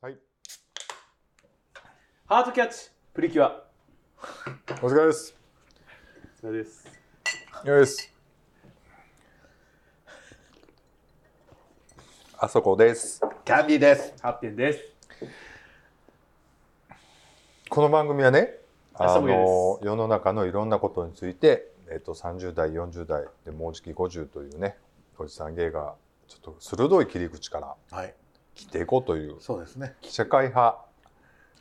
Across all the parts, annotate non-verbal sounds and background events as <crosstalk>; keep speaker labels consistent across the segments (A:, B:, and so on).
A: はい。
B: ハートキャッチプリキュア
A: お疲れです。
B: お疲れです
A: よいです。あそこです。
C: キャンディーです。
B: ハッピーです
A: この番組はね、
B: あ
A: あ
B: そこ
A: の
B: で
A: 世の中のいろんなことについて、えっと30代、40代でもうじき50というね、おじさん芸がちょっと鋭い切り口から
C: はい。
A: 切っていこうという
C: そうですね。
A: 社会派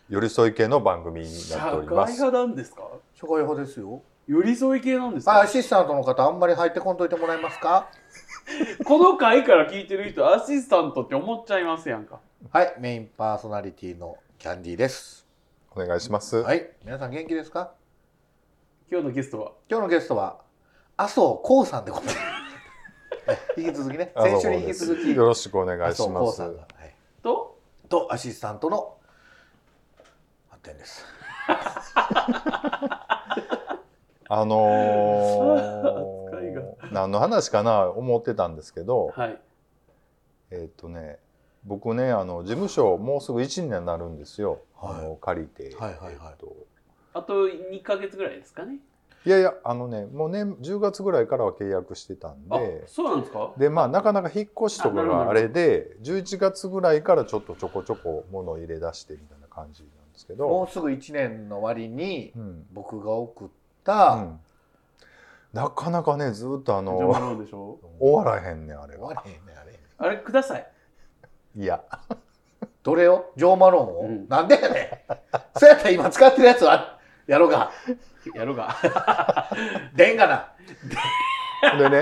A: 寄り添い系の番組に
B: 社
A: なってお
B: 会
A: ります
B: 派。なんですか
C: 社会派ですよ。
B: 寄り添い系なんです
C: あ、
B: か
C: アシスタントの方、あんまり入ってこんといてもらえますか。
B: この回から聞いてる人アシスタントって思っちゃいますやんか
C: はい、メインパーソナリティのキャンディーです。
A: お願いします。
C: はい、皆さん元気ですか。
B: 今日のゲストは
C: 今日のゲストは麻生康さんでござ
A: <laughs>
C: います。はい引き続きね、
A: あそ
C: 先
A: こ
C: 週に引
A: で
C: き
A: す
C: 続き
A: よろしくお願
C: 麻
A: いし
C: 生
A: ま
C: 康
A: す
C: さ。んが、はい、
B: と
C: とアシスタントの発展です。
A: あの
B: 扱いが
A: ー、何の話かな思ってたんですけど、
B: はい
A: えっ、とね僕ねあの事務所もうすぐ1年になるんですよ、
C: はい
A: あの借りて、
C: はいはいはい
A: えっと
B: あと2ヶ月ぐらいですかね
A: いやいやあのねもう年10月ぐらいからは契約してたん
B: あ
A: で
B: そうなんですか
A: でまあなかなか引っ越しとか
B: あ
A: があ
B: なる
A: れで11月ぐらいからちょっとちょこちょこ物を入れ出してみたいな感じなんですけ
C: も
A: ど、
C: うすぐ一年の終わりに
A: うん
C: 僕が送っ
A: う
C: た、
A: んなかなかねずっとあ
B: ジョ
A: の
B: ブ <laughs> ローンでしょ
A: 終わらへんねあれ
C: 終
A: が
C: われへんねあれ。
B: あれください
A: いや
C: どれをジョーマローンを、
B: うん
C: なんでやねん <laughs> そうやったら今使ってるやつはやろうが
B: やろうが
C: でんがな
A: で <laughs> ね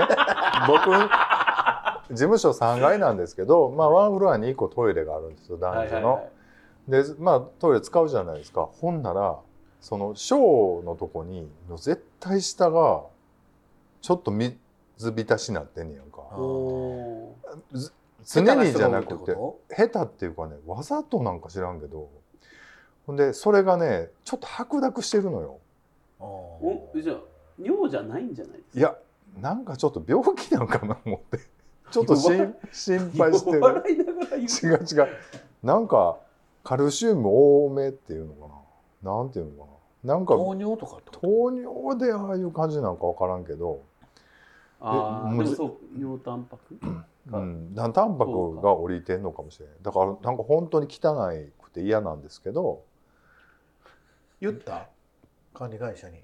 A: 僕事務所3階なんですけど、まあ、ワンフロアに1個トイレがあるんですよ男
B: はい
A: 女
B: はい
A: の。
B: はい
A: でまあトイレ使うじゃないですかほんならそのショーのとこにの絶対下がちょっと水浸しになってんねやん
C: あ
A: か
B: おー
A: 常にじゃな
C: 下手人が多い
A: く
C: ってこ
A: 下手っていうかねわざとなんか知らんけどほんでそれがねちょっと白濁してるのよ
C: と
B: おじゃあ尿じゃないんじゃないですか
A: いやなんかちょっと病気なんかな思ってちょっと心心配してる
B: 笑いながら言う
A: 違う違うなんかカルシウム多めっていうのかななんていうのかななんか
C: 糖尿とかってこと
A: 糖尿でああいう感じなんか分からんけど、
B: あー
A: も
B: で
A: う
B: もそう尿タンパク
A: う、
B: うん
A: なんタンパクが降りてんのかもしれないだからなんか本当に汚いくて嫌なんですけど
C: 言った管理会社に
A: い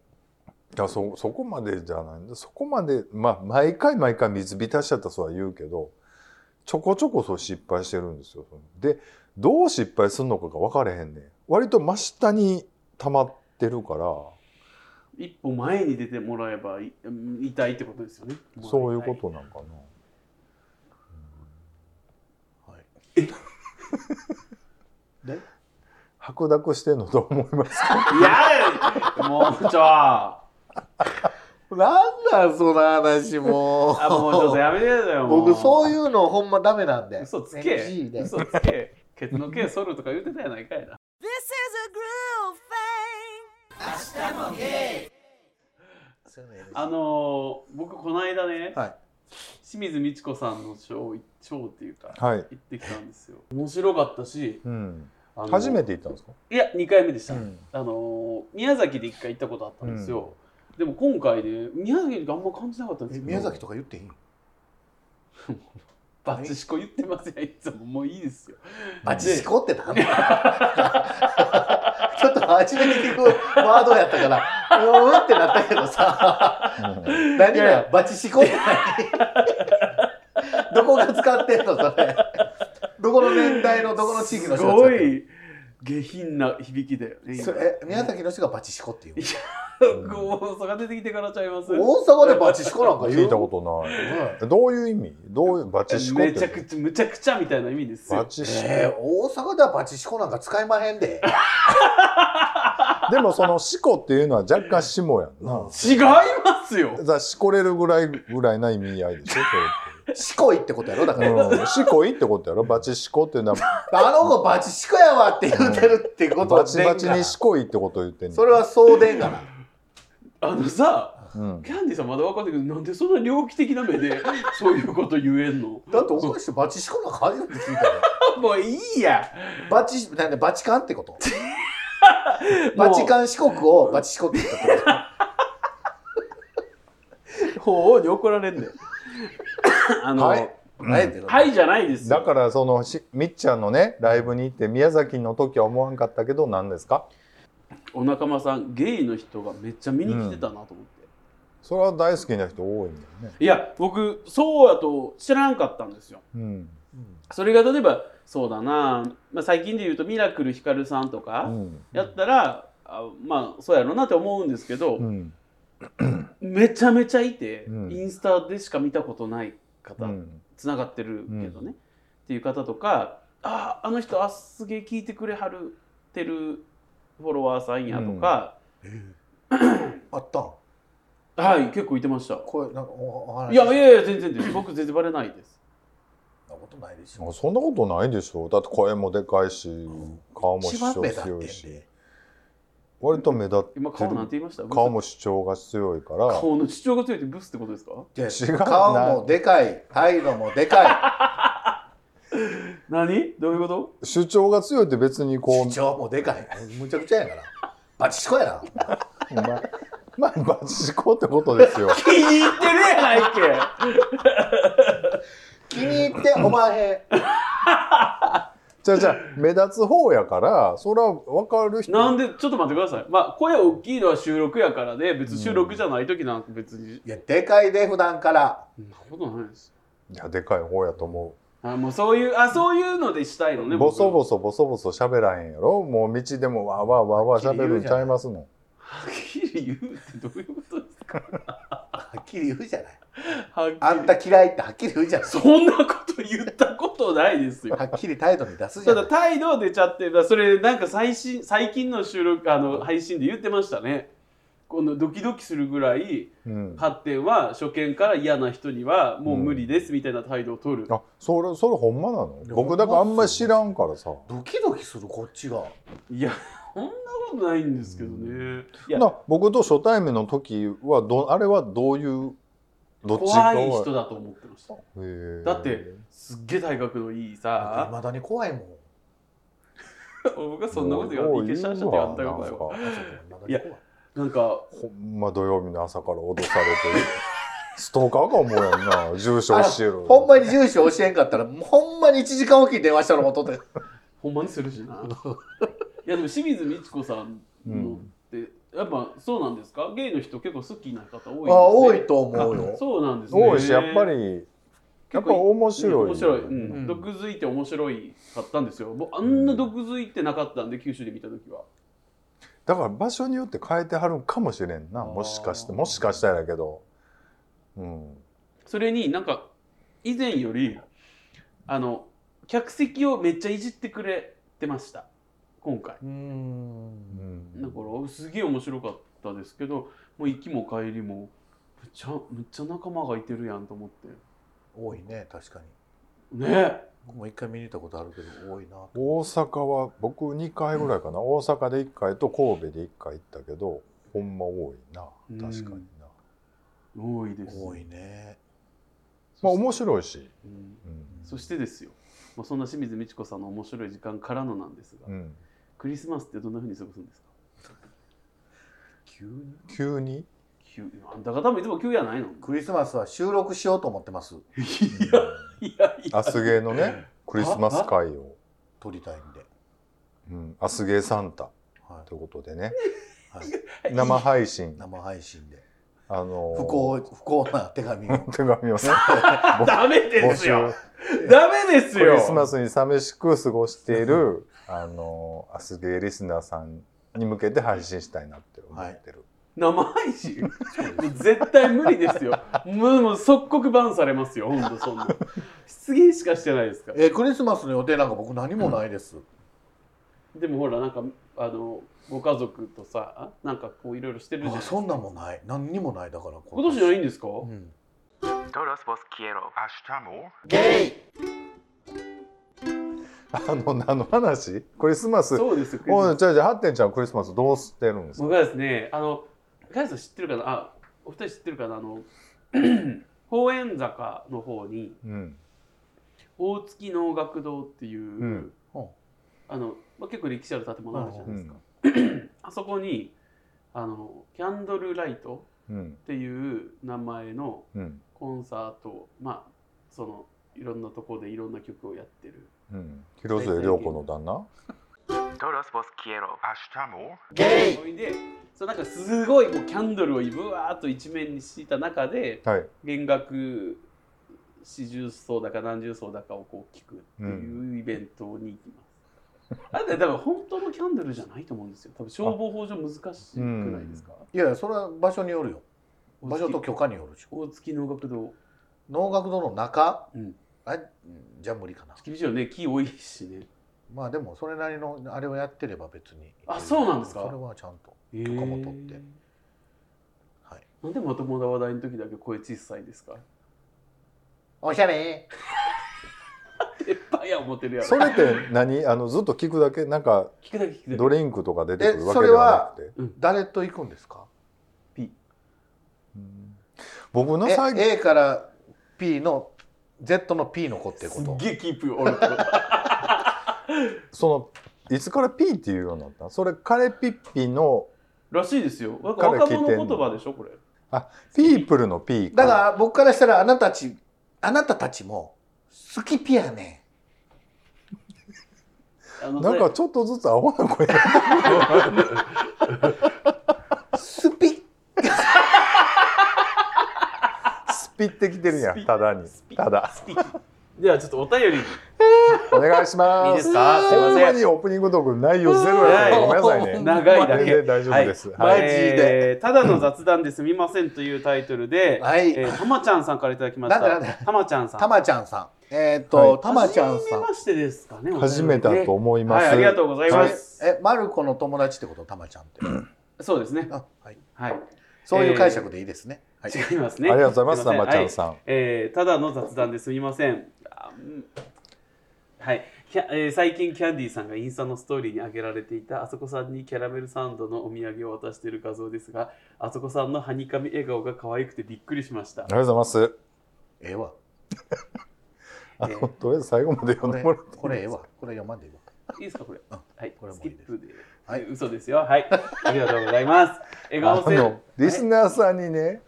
A: やそそこまでじゃないんだそこまで、まあ、毎回毎回水浸しちゃったそうは言うけどちょこちょこそう失敗してるんですよでどう失敗するのかが分かれへんねん割と真下に溜まってるから
B: 一歩前に出てもらえばいうん痛いってことですよね。
A: そういうことなんかな。
C: はい <laughs>
A: 白濁してんのと思います <laughs>
B: と。いや、もうちょ。あ、
C: なんだその話も <laughs> う
B: もうちょっとやめてくださいよ。も。
C: 僕そういううのほんまダメなんで
B: 嘘つけ
C: NG。で
B: 嘘つけ。ケツの毛剃るとか言ってたやないかいな。
D: This is a groove thing.
B: あのー、僕この間ね、
C: はい
B: 清水美智子さんのショー、ショーっていうか、
A: はい。
B: 行ってきたんですよ。面白かったし、
A: うん。
B: あのー
A: 初めて行ったんですか。
B: いや、2回目でした。
A: ん。
B: あのー、宮崎で1回行ったことあったんですよ。でも今回ね、宮崎であんま感じなかったんです
C: え
B: けど
C: 宮崎とか言っていい
B: バチシコ言ってませんいつももういいですよ
C: バチシコって <laughs> なんだちょっと初めて聞くワードやったからうーんってなったけどさ
A: うん
C: 何
B: いやい
C: がバチシコって何どこが使ってんのそれどこの年代のどこの地域の
B: す
C: 人が使っ
B: ご
C: てんの
B: い下品な響きだよね今
C: それえ宮崎の人がバチシコって言う
B: 大阪出てきてからちゃいます
C: 大阪でバチシコなんか言う
A: 聞いたことない。
C: と
A: どういう意味。どういうバチシコっ
B: めちゃく
A: て。
B: ちゃむちゃくちゃみたいな意味です
A: バ
B: よ
A: チシ
C: えー、大阪ではバチシコなんか使いまへんで
A: コ。でも、そのシコっていうのは若干シモやんな。
B: 違いますよ
A: だ、しこれるぐらい、ぐらいな意味合いでしょ
C: シコイってことやろだ
A: そ
C: か <laughs>
A: れ
C: ら、
A: って。うん、しこいってことやろバチシコっていうのは、
C: あの子バチシコやわって言うてるってこと
A: バ
C: は
A: チバチ
C: でんが
A: に
C: な
A: しこいってことを言ってんねん
C: それはそうでんがな
B: あのさ
A: うん
B: キャンディーさんまだ分かってるけどなんでそんな猟奇的な目でそういうこと言えんの
C: だっておかしいバチシコなんか初めて聞いたよ
B: もういいや
C: バチなんでバチカンってことバチカン四国をバチ四国って言ったって
B: 法王に怒られんねんあの、は
A: はいい、
C: こと何やってんの
B: じゃないですよ
A: だからそのしみっちゃんのねライブに行って宮崎の時は思わんかったけど何ですか
B: お仲間さんゲイの人がめっちゃ見に来てたなと思って、
A: それは大好きな人多いんだよね。
B: いや僕そうやと知らんかったんですよ
A: うん
B: それが例えばそうだな、まあ、最近で言うとミラクルひかるさんと
A: う
B: か
A: ん
B: やったら、あまあそうやろうなって思うんですけど、
A: うん
B: めちゃめちゃいて、
A: うん
B: インスタでしか見たことない方、
A: うん
B: つながってるけどね、っていう方とかあああの人あすげえ聞いてくれはるてるフォロワーさんやとか、
C: <coughs> あったん
B: はい結構いてました
C: これなんかおお話
B: い
C: し
B: やいやいや全然です僕全然バレないです
C: そんなことないでし
A: あ
C: ょ
A: そんなことないでしょだって声もでかいし、
C: ん
A: 顔も
C: 一
A: 主
C: 番
A: 張
C: 目立ってん
A: 強いし
C: で
A: 割と目立って
B: 今顔なん
A: る
B: て言いました
A: 顔も主張が強いから
B: 顔の主張が強いってブスってことですか
C: で
A: 違うな
C: 顔もでかい態度もでか
B: 何どういうこと
A: 主張が強いって別に
C: い
A: こ
C: 主張もでかいむちゃくちゃやからバチシコやな
A: うま <laughs> あまあバチコってことですよ。
B: 気に入ってるやないけ
C: 気に入っておまへん
A: じゃあじゃあ目立つ方やからそれは分かる人
B: <laughs> なんでちょっと待ってくださいまあ声大きいのは収録やからで別に収録じゃない時なんて別に
C: いやでかいで普段から
B: そんなことないです
A: いやでかい方やと思
B: あもうそういうあそういうのでしたいの
A: う、
B: ね
A: ボソ
B: 僕
A: ボソボソボソ喋らへんやろもう道でもわーわーわーわー喋るんちゃいますもん
B: はっきり言うってどういうことですか
C: はっきり言うじゃない
B: はっきり
C: あんた嫌いってはっきり言うじゃない
B: そんなこと言ったことないですよ
C: はっきり態度に出すじ
B: た
C: ゃな
B: だ
C: い
B: 態度出ちゃってまあそれなんか最新最近の収録あの配信で言ってましたねこのドキドキするぐらい
A: うん、
B: 発展は初見から嫌な人にはもう無理ですみたいな態度を取る、
A: あそれそれほんまなの
C: いや
A: 僕だからあんまり知らんからさ
C: ドキドキするこっちが
B: いやそんなことないんですけどね、いや
A: な僕と初対面の時はどあれはどういうどっち
B: 怖い人だと思ってました
A: 人
B: だってすっげえ体格のいい
C: い
B: さ
C: まだに怖いもん
B: 僕はそんなこと言わないけしゃんしゃってやったことないわい
C: い
B: や
C: や
B: なんか
A: ほんま土曜日の朝から脅され
B: <laughs>
A: てストーカーか思うやんな住所教えろ
C: ほんまに住所教えんかったらもうほんまに1時間おきに電話したのもとって
B: ほんまにするしないやでも清水美智子さんのって、やっぱそうなんですかゲイの人結構好きな方多いんです、ね、
C: あ多いと思う
B: あ
C: よ
B: そうなんですね
A: 多いしやっぱりやっぱ面白い
B: 面白い、うん
C: うん
B: 毒づいて面白いかったんですよ僕あんな毒づいてなかったんで九州で見た時は
A: だから場所によって変えてはるんかもしれんな
B: あー
A: もしかしてもしかしたらやけどうん
B: それになんか以前よりあの客席をめっちゃいじってくれてました今回
C: うーん
A: うん
B: だからすげえ面白かったですけどもう行きも帰りもめっちゃめっちゃ仲間がいてるやんと思って
C: 多いね確かに
B: ねえ
C: 僕も一回見に行ったことあるけど多いな
A: 大阪は僕2回ぐらいかな、大阪で1回と神戸で1回行ったけどほんま多いな
B: うん
A: 確かにな、
B: 多いです
C: 多いね
A: まあ面白いし、
B: うん
A: うん
B: そしてですよ、まあ、そんな清水美智子さんの面白い時間からのなんですが、
A: うん
B: クリスマスってどんなふうに過ごすんですか
C: 急に
A: 急に
B: 急あんた方もいつも急や
A: <laughs>
B: ないのい
C: クリスマスは収録しようと思ってます
B: やいやいや
A: アスゲーの
B: <laughs>
A: ねクリスマス会を、
C: 撮りたいんで
A: うん、アスゲーサンタ
C: は
A: ということでね
C: い、はい、
A: 生配信
B: <laughs>
C: い生配信で
A: あのー
C: 不幸不幸な手紙を
A: <laughs> 手紙をね
B: ダメ
A: 募
B: ですよ
A: 集
B: ダメです
A: ク
B: よ
A: リスマスに寂しく過ごしているあのアスゲーリスナーさんに向けて配信したいなって思ってる、
B: 生配信絶対無理ですよもうもう即刻バンされますよほんとそんな失言しかしてないですから
C: えークリスマスの予定なんか僕何もないです、
B: でもほらなんかあのご家族とさなんかこういろいろしてるじゃない
C: あ
B: ですか
C: そんなんもない何にもないだから
B: 今年ないんですか、
C: うん、
E: Todos vos quiero.
C: ゲイ
A: あの何の話クリスマス
B: そうですよクリスマス
A: おいじゃあじゃあハッテンちゃんはクリスマスどうしてるんですか
B: 僕はですねあの加谷さん知ってるかなあお二人知ってるかなあ <clears throat> の宝円坂の方に
A: うん
B: 大月能楽堂っていう、
A: ん
C: ほ
B: あのまあ、結構歴史ある建物あるじゃ
A: う
B: ないですか、
A: ん
B: <clears throat> あそこにあのキャンドルライト
A: うん
B: っていう名前の
A: うん
B: コンサートをまあそのいろんなところでいろんな曲をやってる
A: うん広末涼子の旦那
E: Todos vos quiero. Hashtamo.
C: ゲイ
B: イでそうなんかすごいもうキャンドルをぶわーっと一面に敷いた中で
A: はい
B: 弦楽四十奏だか何十奏だかをこう聞くっていうイベントに行きます。あれって多分本当のキャンドルじゃないと思うんですよ。多分消防法上難しくないですか。
C: いやいやそれは場所によるよ場所と許可によるでしょ
B: 大月能楽堂
C: 能楽堂の中、
B: うん
C: あうんじゃあ無理かな
B: 厳しいよね木多いしね。
C: まあでもそれなりのあれをやってれば別に
B: あそうなんですか
C: それはちゃんと
B: 許
C: 可も取ってはい
B: なんでまともな話題の時だけ声小さいですか。 <laughs>
C: おしゃれ
B: いっぱいや思ってるやろ。
A: それって何あのずっと聞くだけなんか
B: 聞くだけ聞くだけ。
A: ドリンクとか出てくるわ
C: え
A: け
C: そ
A: で
C: れは
A: はなくて
C: 誰と行くんですか
A: うん僕の
C: え
A: 最近
C: A から P の Z の P の子っていうこ
B: すっ
C: と
B: げえキープおるってこと
A: そのいつから P っていうようになったそれ彼ピッピの
B: らしいですよ。なんか
A: 彼
B: 若
A: 聞いてんの
B: 者言葉でしょこれ。
A: ピープルの P
C: だから僕からしたらあなたたちあなたたちも好きピやね
B: あの
A: なんかちょっとずつ合わな
B: <laughs>
A: 声が
C: んスピ
A: スピってきてるや
B: ス
A: ん
B: ピ
A: ただに
B: スピ
A: ただ
B: それじゃあちょっとお便りに。
A: お願いします
B: いいですかすいません
A: ほんまにオープニングトーク内容ゼロやからごめんなさいね
B: <laughs> 長いだけ
A: 全然大丈夫です
B: は
A: はいい
C: マジで
B: えーただの雑談ですみませんというタイトルで、
C: はい、
B: えーたまちゃんさんからいただきまし
C: なんでなん
B: た。たまちゃんさん。
C: たまちゃんさんえっ、と、
A: はい
C: たまちゃんさ
B: 初め
C: ん
B: ましてですかね。
A: 始めたと思います
B: はい、ありがとうございます。
C: えマルコの友達ってことたまちゃん
A: <laughs>
C: って
B: そうですね。
C: あ、はい、
B: はい。
C: そういう解釈でいいですね、はい
B: 違います
A: あ
B: ね。
A: りがとうございます
B: せ
A: た
B: ん
A: まちゃん
B: はい
A: さん
B: えーただの雑談ですみません。あうんはい、キャえー最近キャンディーさんがインスタのストーリーに上げられていたあそこさんにキャラメルサンドのお土産を渡している画像ですがあそこさんのはにかみ笑顔が可愛くてびっくりしました
A: ありが。とうございます
C: ええわ
A: あ
B: え
A: の
B: ー
A: とりあえず最後まで読
C: こ
A: ん
C: れ
A: でもらって
C: これええわこれ読まんでいいわ
B: いいですかこれ。
C: あ
B: はい、
C: これも
B: ス
C: い
B: キ
C: いです
B: ップで。
C: は
B: はいい、嘘ですよ。はい、ありがとうございます。笑顔
A: <laughs> あ
B: せ
A: のリスナーさんにね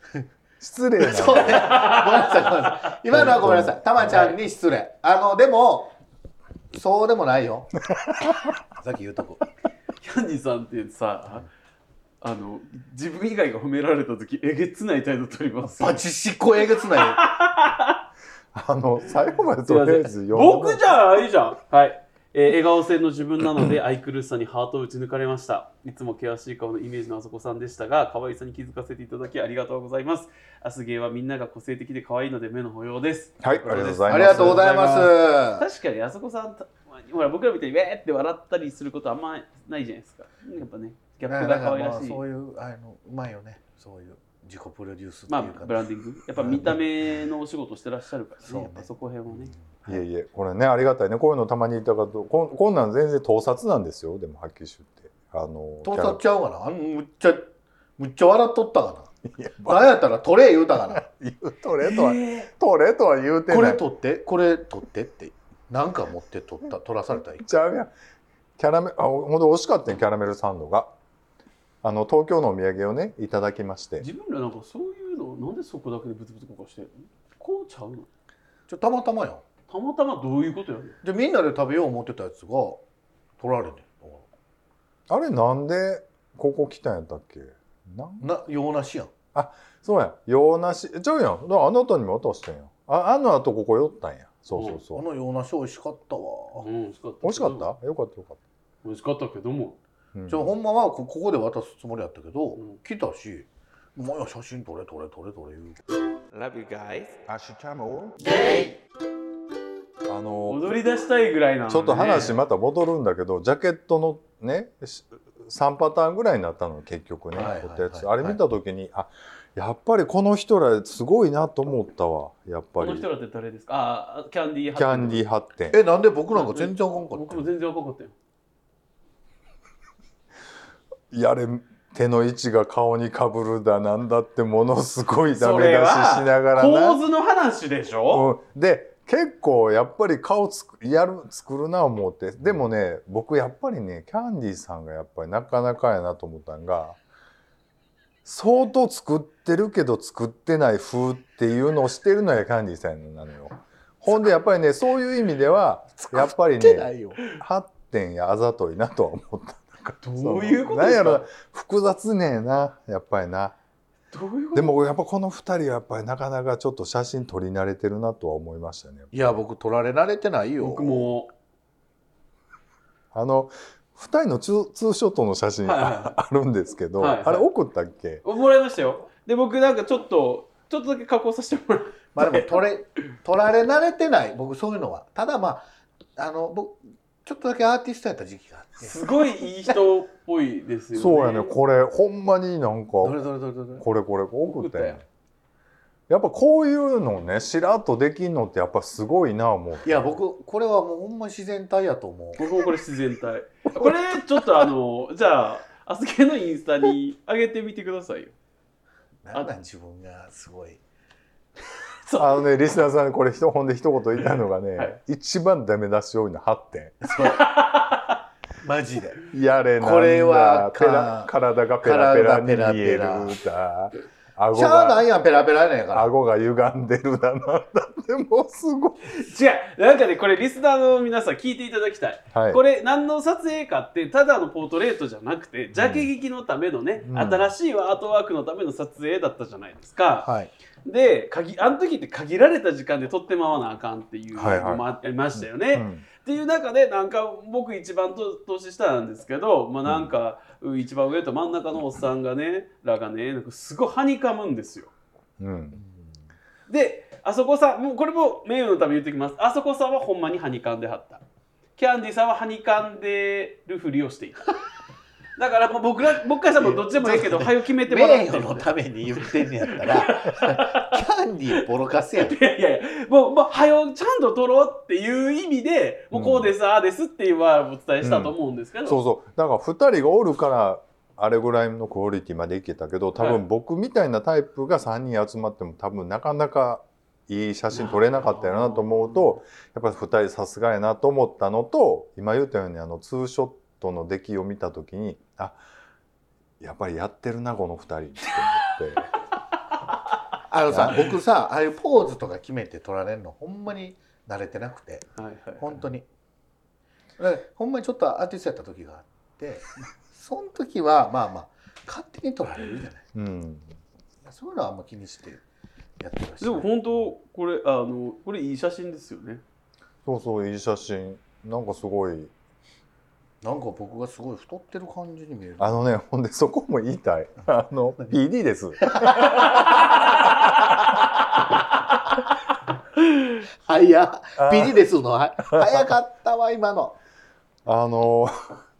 A: 失礼な
C: <laughs> そうね。ごめんなさい、ごめんなさい。今のはごめんなさい。たまちゃんに失礼。あの、でも、そうでもないよ。 <laughs> さっき言うとこ。
B: キャンディーさんってさ、あの自分以外が褒められた時えげつない態度取りますよね
C: バチシコえげつないよ。
A: あの最後まです
B: いま
A: と
B: せ
A: り
B: ん
A: あえず読んでもら
B: 僕
A: っ
B: じゃないじゃん。はい。えー笑顔線の自分なので <clears throat> 愛くるしさにハートを打ち抜かれました。いつも険しい顔のイメージのあそこさんでしたが、可愛さに気づかせていただきありがとうございます。アスゲーはみんなが個性的で可愛いので目の保養です。
A: はいありがとうございます
C: ありがとうございます。
B: 確かにあそこさん、たほら僕らみたいにウェーって笑ったりすることあんまないじゃないですか。やっぱね、ギャップが可愛らしい。
C: そういう、あの、うまいよね。そういう自己プロデュースって
B: まあ
C: いうか。
B: ブランディングやっぱ見た目のお仕事してらっしゃるからね
C: そうね
B: やっぱそこら辺はね
A: いえいえこれねありがたいねこういうのたまにいたかとこんこんなん全然盗撮なんですよでも発揮集ってあの
C: 盗撮ちゃうかな。あの、むっちゃ、むっちゃ笑っとったか
A: いや
C: な。なんやったら、取れ言うたかな。
A: 言うとれとは、
B: え
A: とれとは言うて
C: こ
A: な
C: れ
A: い
C: 取って、これ取ってって。なんか持って取った、取らされたらいい。
A: ちゃうやんキャラメあほんと惜しかったねキャラメルサンドがあの東京のお土産をねいただきまして
B: 自分らなんかそういうのなんでそこだけでブツブツこかしてんのこうちゃうの
C: ちょ、たまたまよ。
B: たまたまどういうことやる
C: でみんなで食べよう思ってたやつが取られて
A: あれなんでここ来たんやったっけなん
C: な用なしやん
A: そうやん洋梨ちゃうやんだからあなたにも渡したんやああのあとここ寄ったんやそうそう
C: あ
A: そう
C: の用なし美味しかったわ、
B: のうん美味しかった
A: 美味しかったよかったよかっ
B: 美味しかったけども
A: た、うん
C: じゃあほんまはこここで渡すつもりやったけど、
B: うん
C: 来たし「お前は写真撮れ撮れ撮れ撮れ」言う
E: Love you guys. Hashtamo.
A: あの
B: 踊り出したいぐらいなのね
A: ちょっと話また戻るんだけど、ジャケットのねし3パターンぐらいになったの結局ね、
C: はいはいはい
A: 撮ったやつあれ見た時に、あやっぱりこの人らすごいなと思ったわやっぱ
B: こ
A: り
B: の人らって誰ですかあーキャンディー
A: キャンディ
B: ー
A: ー発展
C: えなんで僕なんか全然あかんかっ
B: 僕
C: た
B: も全然若かったよ
A: いやあれ手の位置が顔にかぶるだなんだってものすごいダ
B: そ
A: メ
B: れ
A: 出し
B: は
A: しながらな
B: 構図の話でしょ、
A: うん、で結構やっぱり顔つくやる作るな思ってでもね僕やっぱりねキャンディーさんがやっぱりなかなかやなと思ったんが相当作ってるけど作ってない風っていうのをしてるのがキャンディーさんなのよ。ほんでやっぱりねそういう意味ではやっぱり
C: てな
A: ね
C: いよ。
A: 発展やあざといなとは思った。
B: どういうこと
A: なん
B: です
A: やろ
B: か
A: な複雑ねえなやっぱりな。
B: どういうこと
A: でもやっぱこの2人はやっぱりなかなかちょっと写真撮り慣れてるなとは思いましたね。
C: いや、僕、取られ慣れてないよ。
B: 僕。も、
A: あの2人のツーツーショットの写真、
B: はいはい
A: ああるんですけど、
B: はいはい
A: あれ送ったっけ
B: もらいましたよで僕なんかちょっとちょっとだけ加工させてもらう
C: まあでも、取 <laughs> れ、取られ慣れてない。僕、そういうのは。ただ、まあ、あの、僕、ちょっとだけアーティストやった時期があって。
B: すごいいい人っぽいですよね
A: そうやねこれほんまになんか
C: どれどれどれどれ。
A: これこれ送ったや
B: 送
A: ん
B: っ
A: やっぱこういうのねしらっとできんのってやっぱすごいな思う
C: いや、僕、これはもう、ほんま自然体やと思う。
B: 僕もこれ自然体これちょっとあのじゃああすけのインスタに上げてみてくださいよ
C: なんなん、自分が、すごい。
B: そう
A: あのねリスナーさんにこれ一本で一言言いたいのがね、
B: はい
A: 一番ダメ出し多いの8点
C: マジで。
A: やれなんだ
C: これはあ
A: ペ
C: かん
A: ラ体がペラペラに見える
C: 体ペ
A: だ顎
C: しゃあな
A: が
C: いやん、ペラペラやねんから。
A: 顎が歪んでるだなんだってもうすごい、
B: 違うなんかねこれリスナーの皆さん聞いていただきたい、
A: はい、
B: これ何の撮影かってただのポートレートじゃなくてジャケ劇のためのね、
A: うん
B: 新しいアートワークのための撮影だったじゃないですか、
C: はい。
B: で限あの時って限られた時間で撮ってまわなあかんっていうの
A: はいはい
B: もありましたよね、
A: うん
B: っていう中でなんか僕一番と年下なんですけど、まあ、なんか一番上と真ん中のおっさんがねらがねなんかすごいはにかむんですよ。
A: うん
B: であそこさんもうこれも名誉のために言っておきますあそこさんはほんまにはにかんではったキャンディさんははにかんでるふりをしていただからもう僕ら僕からしたらもうどっちでもいいけど早く決めてもらって
C: 名誉のために言ってんねやったら、 <laughs> キャンディーボロカスやん。
B: いやいやいやもう、もう、はよ、ちゃんと撮ろうっていう意味で、もうこうです、ああですっていうのはお伝えしたと思うんですけど、
A: そうそうだから2人がおるからあれぐらいのクオリティまでいけたけど多
B: はい
A: 分僕みたいなタイプが3人集まっても多分なかなかいい写真撮れなかったよなと思うとやっぱり2人さすがやなと思ったのと今言ったようにあのツーショットの出来を見た時にあやっぱりやってるなこの2人って思って。
B: <laughs>
C: あのさ、僕さ、ああいうポーズとか決めて撮られるの、ほんまに慣れてなくて、
B: はいはい
C: 本当に。だからほんまにちょっとアーティストやった時があって、その時は、まあまあ、勝手に撮られるじゃない。
A: うん
C: そういうのはあんま気にしてやってました。
B: でも本当、これ、あの、これいい写真ですよね。
A: そうそういい写真なんかすごい
C: なんか僕がすごい太ってる感じに見える。
A: あのねほんでそこも言いたいあの PD
B: <laughs>
A: です
C: 早っ
A: あー
C: ビリですのは早かったわ、今の。
A: あの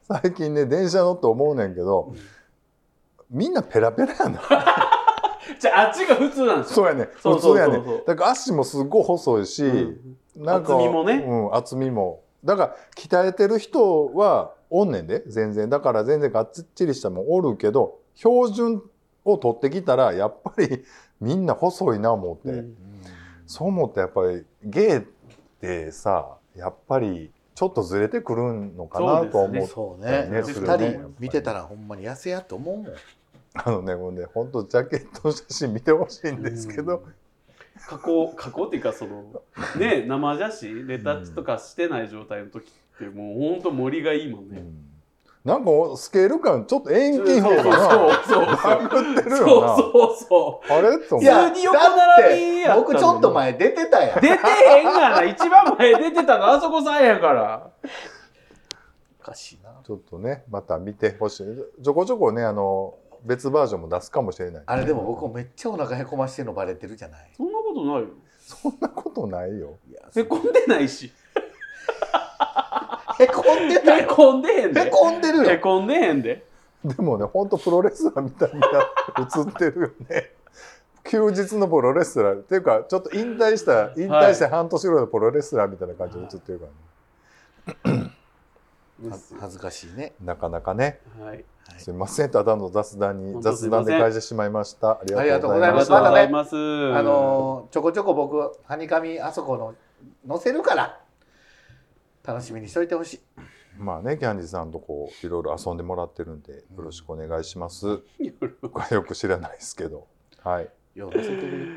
A: <laughs> 最近ね電車乗って思うねんけど、みんなペラペラやな <laughs>
B: じゃあ、あっちが普通なんですよ。
A: そうやね
B: そ
A: 普
B: うそうそう
A: 通やね
B: そう
A: だから足もすっごい細いし、
B: うん
A: なんか
B: 厚みもね
A: うん、厚みもだから鍛えてる人はおんねんで全然だから全然がっちりしたもんおるけど標準を取ってきたらやっぱり <laughs> みんな細いな思って、
B: うん
A: そう思ってやっぱりゲイってさやっぱりちょっとずれてくるのかなとは
B: そうです
A: 思う
B: ね
C: そう
A: ね
C: ね。
A: ね
C: 二
B: するね
C: 人見てたらほんまに痩せやと思うもん。
A: あのね、もうね、本当ジャケットの写真見てほしいんですけど、
B: 加工、加工っていうか、その、ね、生写真、レタッチとかしてない状態の時って、もう本当森がいいもん
A: う
B: ね。
A: んなんかスケール感ちょっと遠近法
B: そう
A: が
B: そう
A: な、バグってる
B: そう。
A: よな。
B: そうそうそ
A: あれと思。
B: いうや普通に横並びや
C: だ
B: ったのに
C: って僕ちょっと前出てたや
B: う。
C: ん。
B: 出てへんがな、一番前出てたのあそこさんやから。
C: おかしいな。
A: ちょっとね、また見てほしい。ちょこちょこね、あの、別バージョンも出すかもしれない。
C: あれでも僕めっちゃお腹へこましてるのバレてるじゃない。
B: そんなことないよ。
A: そんなことないよ。
C: いや
B: へこんでないし。
C: へこんでた
B: へ
C: よ。
B: こんでへん
C: へ
B: で。
C: こんでる
B: へ
C: よ。
B: こんでへんで。
A: でもね、本当プロレスラーみたいになって映ってるよね。休日のプロレスラーっていうか、ちょっと引退した、引退して半年ぐらいのプロレスラーみたいな感じで映ってるからね。
B: ですよ
C: 恥ずかしいね。
A: なかなかね、
B: はい。
C: はい
A: すいません、ただの雑談に、
B: 本当す
A: 雑
B: いま
A: 談
B: せん
A: で返してしまいました。ありがとうご
B: あ
A: ざい
B: り
A: ま
B: が
A: し
B: とう
A: た。
B: ございます。
C: あのーちょこちょこ僕はにかみあそこの載せるから楽しみにしといてほしい。
A: まあね、キャンディーさんとこういろいろ遊んでもらってるんで、よろしくお願いします。僕はよく知らないですけど、はい。
C: よう載せてくれる。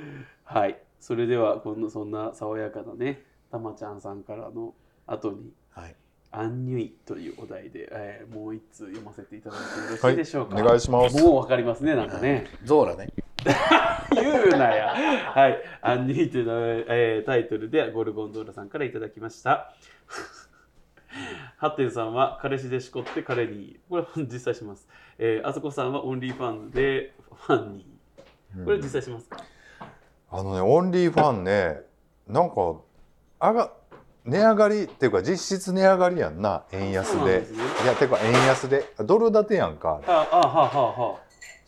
B: はい。それでは、このそんな爽やかなね、たまちゃんさんからの後に、
C: はい。
B: アンニュイというお題で、えーもう一通読ませていただいてよろし
A: はい
B: でしょうか。
A: お願いします。
B: もうわかりますね、なんかね。
C: ゾーラね。
B: 言うなや。はい。アンニュイという名前えータイトルでゴルゴンゾーラさんからいただきました。ハッテンさんは彼氏でしこって彼に。これは実際します。えーあそこさんはオンリーファンでファンに。これ実際しますか、
A: あのね、オンリーファンね、なんか上が値上がりっていうか実質値上がりやんな、円安
B: そうなん
A: で。
B: ですね
A: いや、てか円安で、ドル建てやんか。あれ
B: ああ、はあ、はあ、は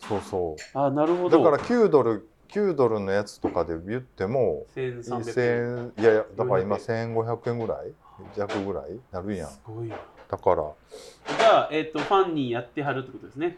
A: そうそ
B: あ。あなるほ
A: う。だ
B: ど。
A: から9ドル、9ドルのやつとかで言っても、
B: 1300円。
A: 2000いやいや、だから今1500円ぐらい弱ぐらいなるやん
B: す。ごいな。
A: だから、
B: じゃあ、えっ、と、ファンにやってはるってことですね。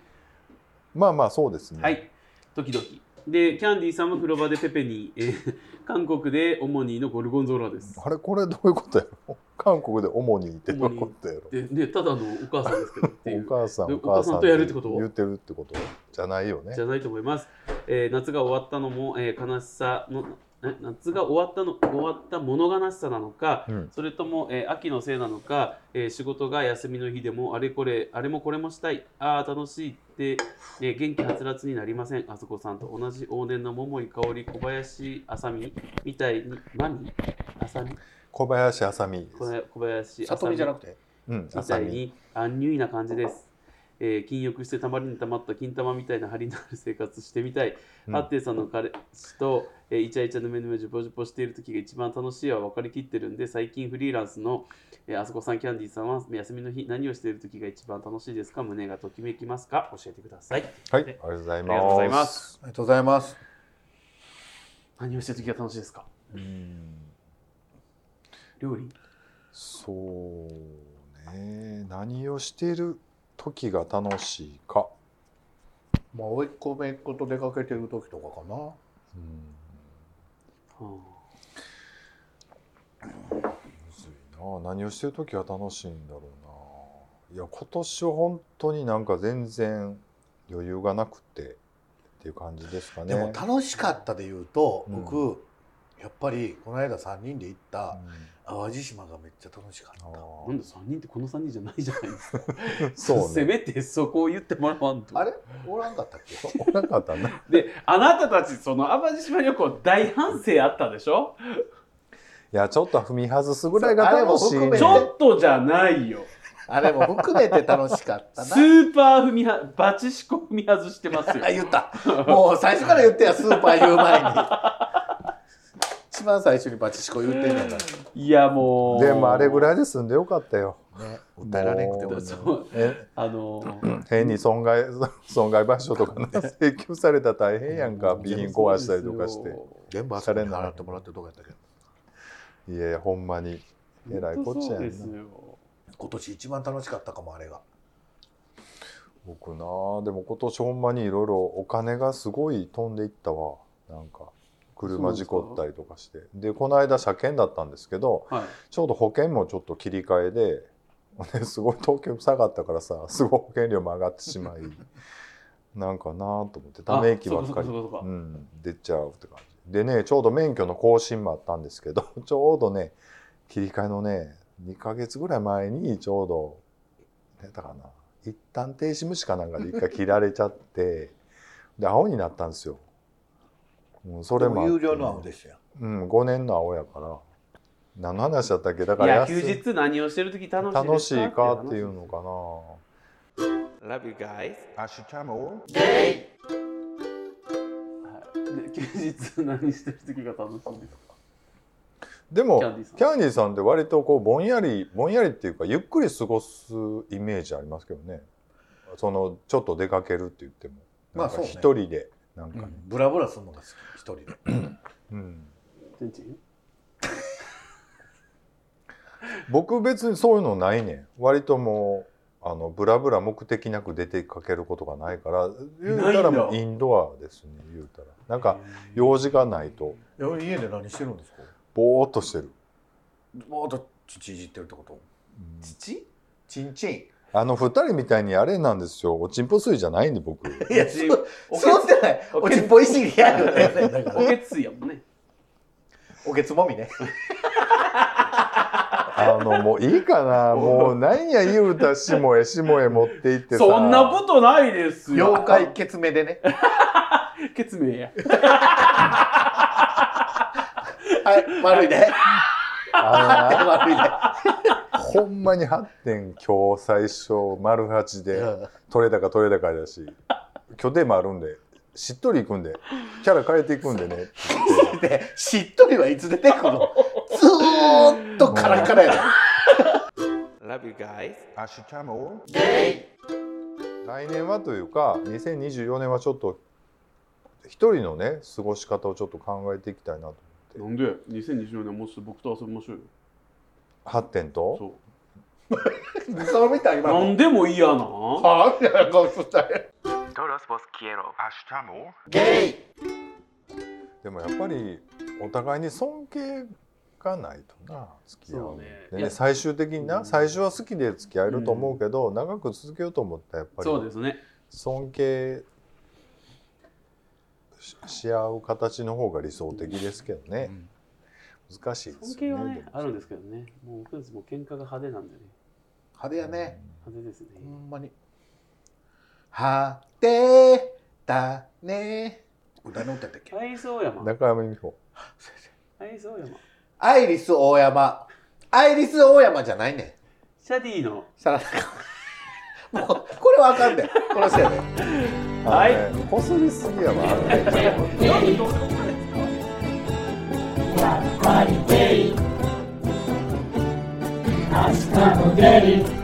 A: まあまあそうですね。
B: はい、時々。で、キャンディーさんも風呂場でペペに、えー韓国でオモニーのゴルゴンゾーラです。
A: あれこれどういうことやろ <laughs> 韓国で主にってどういうことやろ
B: で、でただのお母さんですけどっていう
A: お母さん
B: で
A: お母
B: お母
A: さ
B: さ
A: ん
B: んとやるってこと
A: 言ってるってことじゃないよね
B: じゃないと思います。えー夏が終わったのも、えー悲しさの、え夏が終わったの終わった物悲しさなのか、
A: うん
B: それとも、えー秋のせいなのか、えー仕事が休みの日でもあれこれあれもこれもしたいああ楽しいって、ね、元気はつらつになりませんあそこさんと同じ往年の桃井香織小林あさみみたいにマミあさみ
A: 小林あさみです
B: 小林小林あ
C: 里
B: さ
C: 見
B: み
C: じゃなくて。
A: うん
B: み
A: あさ
B: たい
A: み
B: にアンニュイな感じです。えー禁欲してたまりにたまった金玉みたいな張りのある生活してみたい。
A: うん
B: ハッテンさんの彼氏と、えーイチャイチャヌメヌメジュポジュポしている時が一番楽しいは分かりきってるんで、最近フリーランスの、えーあそこさんキャンディーさんは休みの日何をしている時が一番楽しいですか胸がときめきますか教えてください。
A: はいありがとうござい
B: ありがとうござい
A: ま
B: ます
C: ありがとうございます。
B: 何をしている時が楽しいですか
A: うん
B: 料理
A: そうね何をしてる時が楽しいか
C: まあ、追い込めっ子と出かけてる時とかかな。
A: うん
B: は
A: むずいな何をしてる時が楽しいんだろうないや今年は本当になんか全然余裕がなくてっていう感じですかね
C: でも楽しかったで言うと、
A: うん
C: 僕やっぱりこの間3人で行っ
A: う
C: た
A: ん
C: 淡路島がめっちゃ楽しかった、
B: あなん
A: <laughs> あ
B: だ3人ってこの3人じゃないじゃないですか。
A: ーそう
B: <laughs> せ
A: ね
B: めてそこを言ってもらわんと。
C: あれおらんかったっけ
A: おらんかったな
B: で、あなたたち、その淡路島旅行大反省あったでしょ
A: いやちょっと踏み外すぐらいが楽しいね
C: そうあれも含め
B: ちょっとじゃないよ。
C: あれも含めて楽しかったな
B: スーパー踏みは、バチシコ踏み外してますよ
C: あ。言ったもう最初から言ってやスーパー言う前に一番最初にバチシコ言ってんねんか
B: いや、もう。
A: でもあれぐ
B: い。
A: らいで済んでよかったよ
C: らね訴えられんくてもいいのに
B: そう、
A: え
B: あのー、
A: 変に損害 <laughs> 損害賠償と
C: <laughs>
A: かな請求されたら大変やんか備品壊したりとかして
C: 全部あそこに払ってもらってるとこやったけど
A: いやいやほんまにえらいこっちゃや
B: そうで
A: ん
B: す
A: な
B: よ。
C: 今年一番楽しかったかもあれが
A: 僕なあでも今年ほんまにいろいろお金がすごい飛んでいったわなんか車事故ったりとかしてでこの間車検だったんですけど
B: はい。
A: ちょうど保険もちょっと切り替えでですごい東京下がったからさすごい保険料も上がってし <laughs> まいなんかなあと思ってため息ばっか
B: あ
A: り
B: そうそう
A: う
B: かそうかそうか
A: ん、出ちゃうって感じでねちょうど免許の更新もあったんですけど <laughs> ちょうどね切り替えのね2ヶ月ぐらい前にちょうど何やったかな一旦停止無視かなんかで一回切られちゃってで青になったんですよ、うん、それ
C: で
A: もあ
C: も
A: ってね
C: 有料の青でしたよ
A: うん、5年の青やから何の話だったっけだ
B: い
A: から
B: や、
A: 休
B: 休日何をしてる時楽しいです
A: 楽しいかっていうのかな
E: Love you guys. Ashitamo.
B: はいで休日何してる時が楽しいんですか
A: でも
B: キャンディーさん
A: キャンディーさんって割とこうぼんやりぼんやりっていうかゆっくり過ごすイメージありますけどねそのちょっと出かけるって言っても
C: まあ
A: なんか
C: そうね
A: 一人でなんかね、
C: ブラブラするのが好き一人で
A: うん
B: チンチン
A: 僕別にそういうのないねん割ともうあのブラブラ目的なく出てかけることがないから言うたらもう
C: ない
A: インドアですね言うたらなんか用事がないと
C: え家で何してるんですか
A: ぼーっとしてる、
C: もっとちちいじってるってこと
A: うん
C: 父ちんちんい
A: あの二人みたいにあれなんですよおちんぽ水じゃないんで僕
C: や
B: ち
C: そう
B: おけ
C: そうじゃない
B: お
C: お
B: け
C: ちっぽいしりやるよね
B: おけついやもんね。
C: <laughs> おけつもみね
A: あのもういいかな
B: <laughs>
A: もうなんや言うたしもえしもえ持って行ってさ
B: そんなことないですよ。
C: 妖
B: <laughs>
C: 怪ケツメでね
B: けつめや。
C: <laughs> はい悪いね
A: あのな
C: 悪いね
A: ほんまに8点今日最初丸8で。取れ高取れ高だし拠点もあるんでしっとりいくんでキャラ変えていくんでね
C: でしっとりはいつ出てくるのずーっとカラカラやね
E: Love you guys. Ashitamo.
A: 来年はというか2024年はちょっと一人のね過ごし方をちょっと考えていきたいなと
B: なんで2020年もうちょっと僕と遊びましょうよ。
A: 8点と
B: そ
C: そう見た
B: う。
C: 今
B: な
C: の
B: んでも嫌な。
C: はあみたいな顔してたよ
E: Todos vos quiero. Ashitamo.
C: ゲイ
A: でもやっぱりお互いに尊敬がないとな付き合う
B: そうね
A: で
B: いや
A: 最終的にな最初は好きで付き合えると思うけど、長く続けようと思ったらやっぱり
B: そうですね。
A: 尊敬しし合う形の方が理想的ですけどね、難しいですよね
B: 尊敬はね
A: でも
B: あるんですけどね。もう僕たちも喧嘩が派手なんでね。
C: 派手やね
B: 派手ですね。
C: ほんまにはてだね歌の歌だっけ
B: 愛想山。
A: 中山美穂
B: 愛想山。
C: アイリス大山アイリス大山じゃないねん
B: シャディの。
C: さらなか <laughs> もうこれはあかんでこの人やね
B: はい
A: あのねこすりすぎやわあのねちゃんと
F: 明日も出る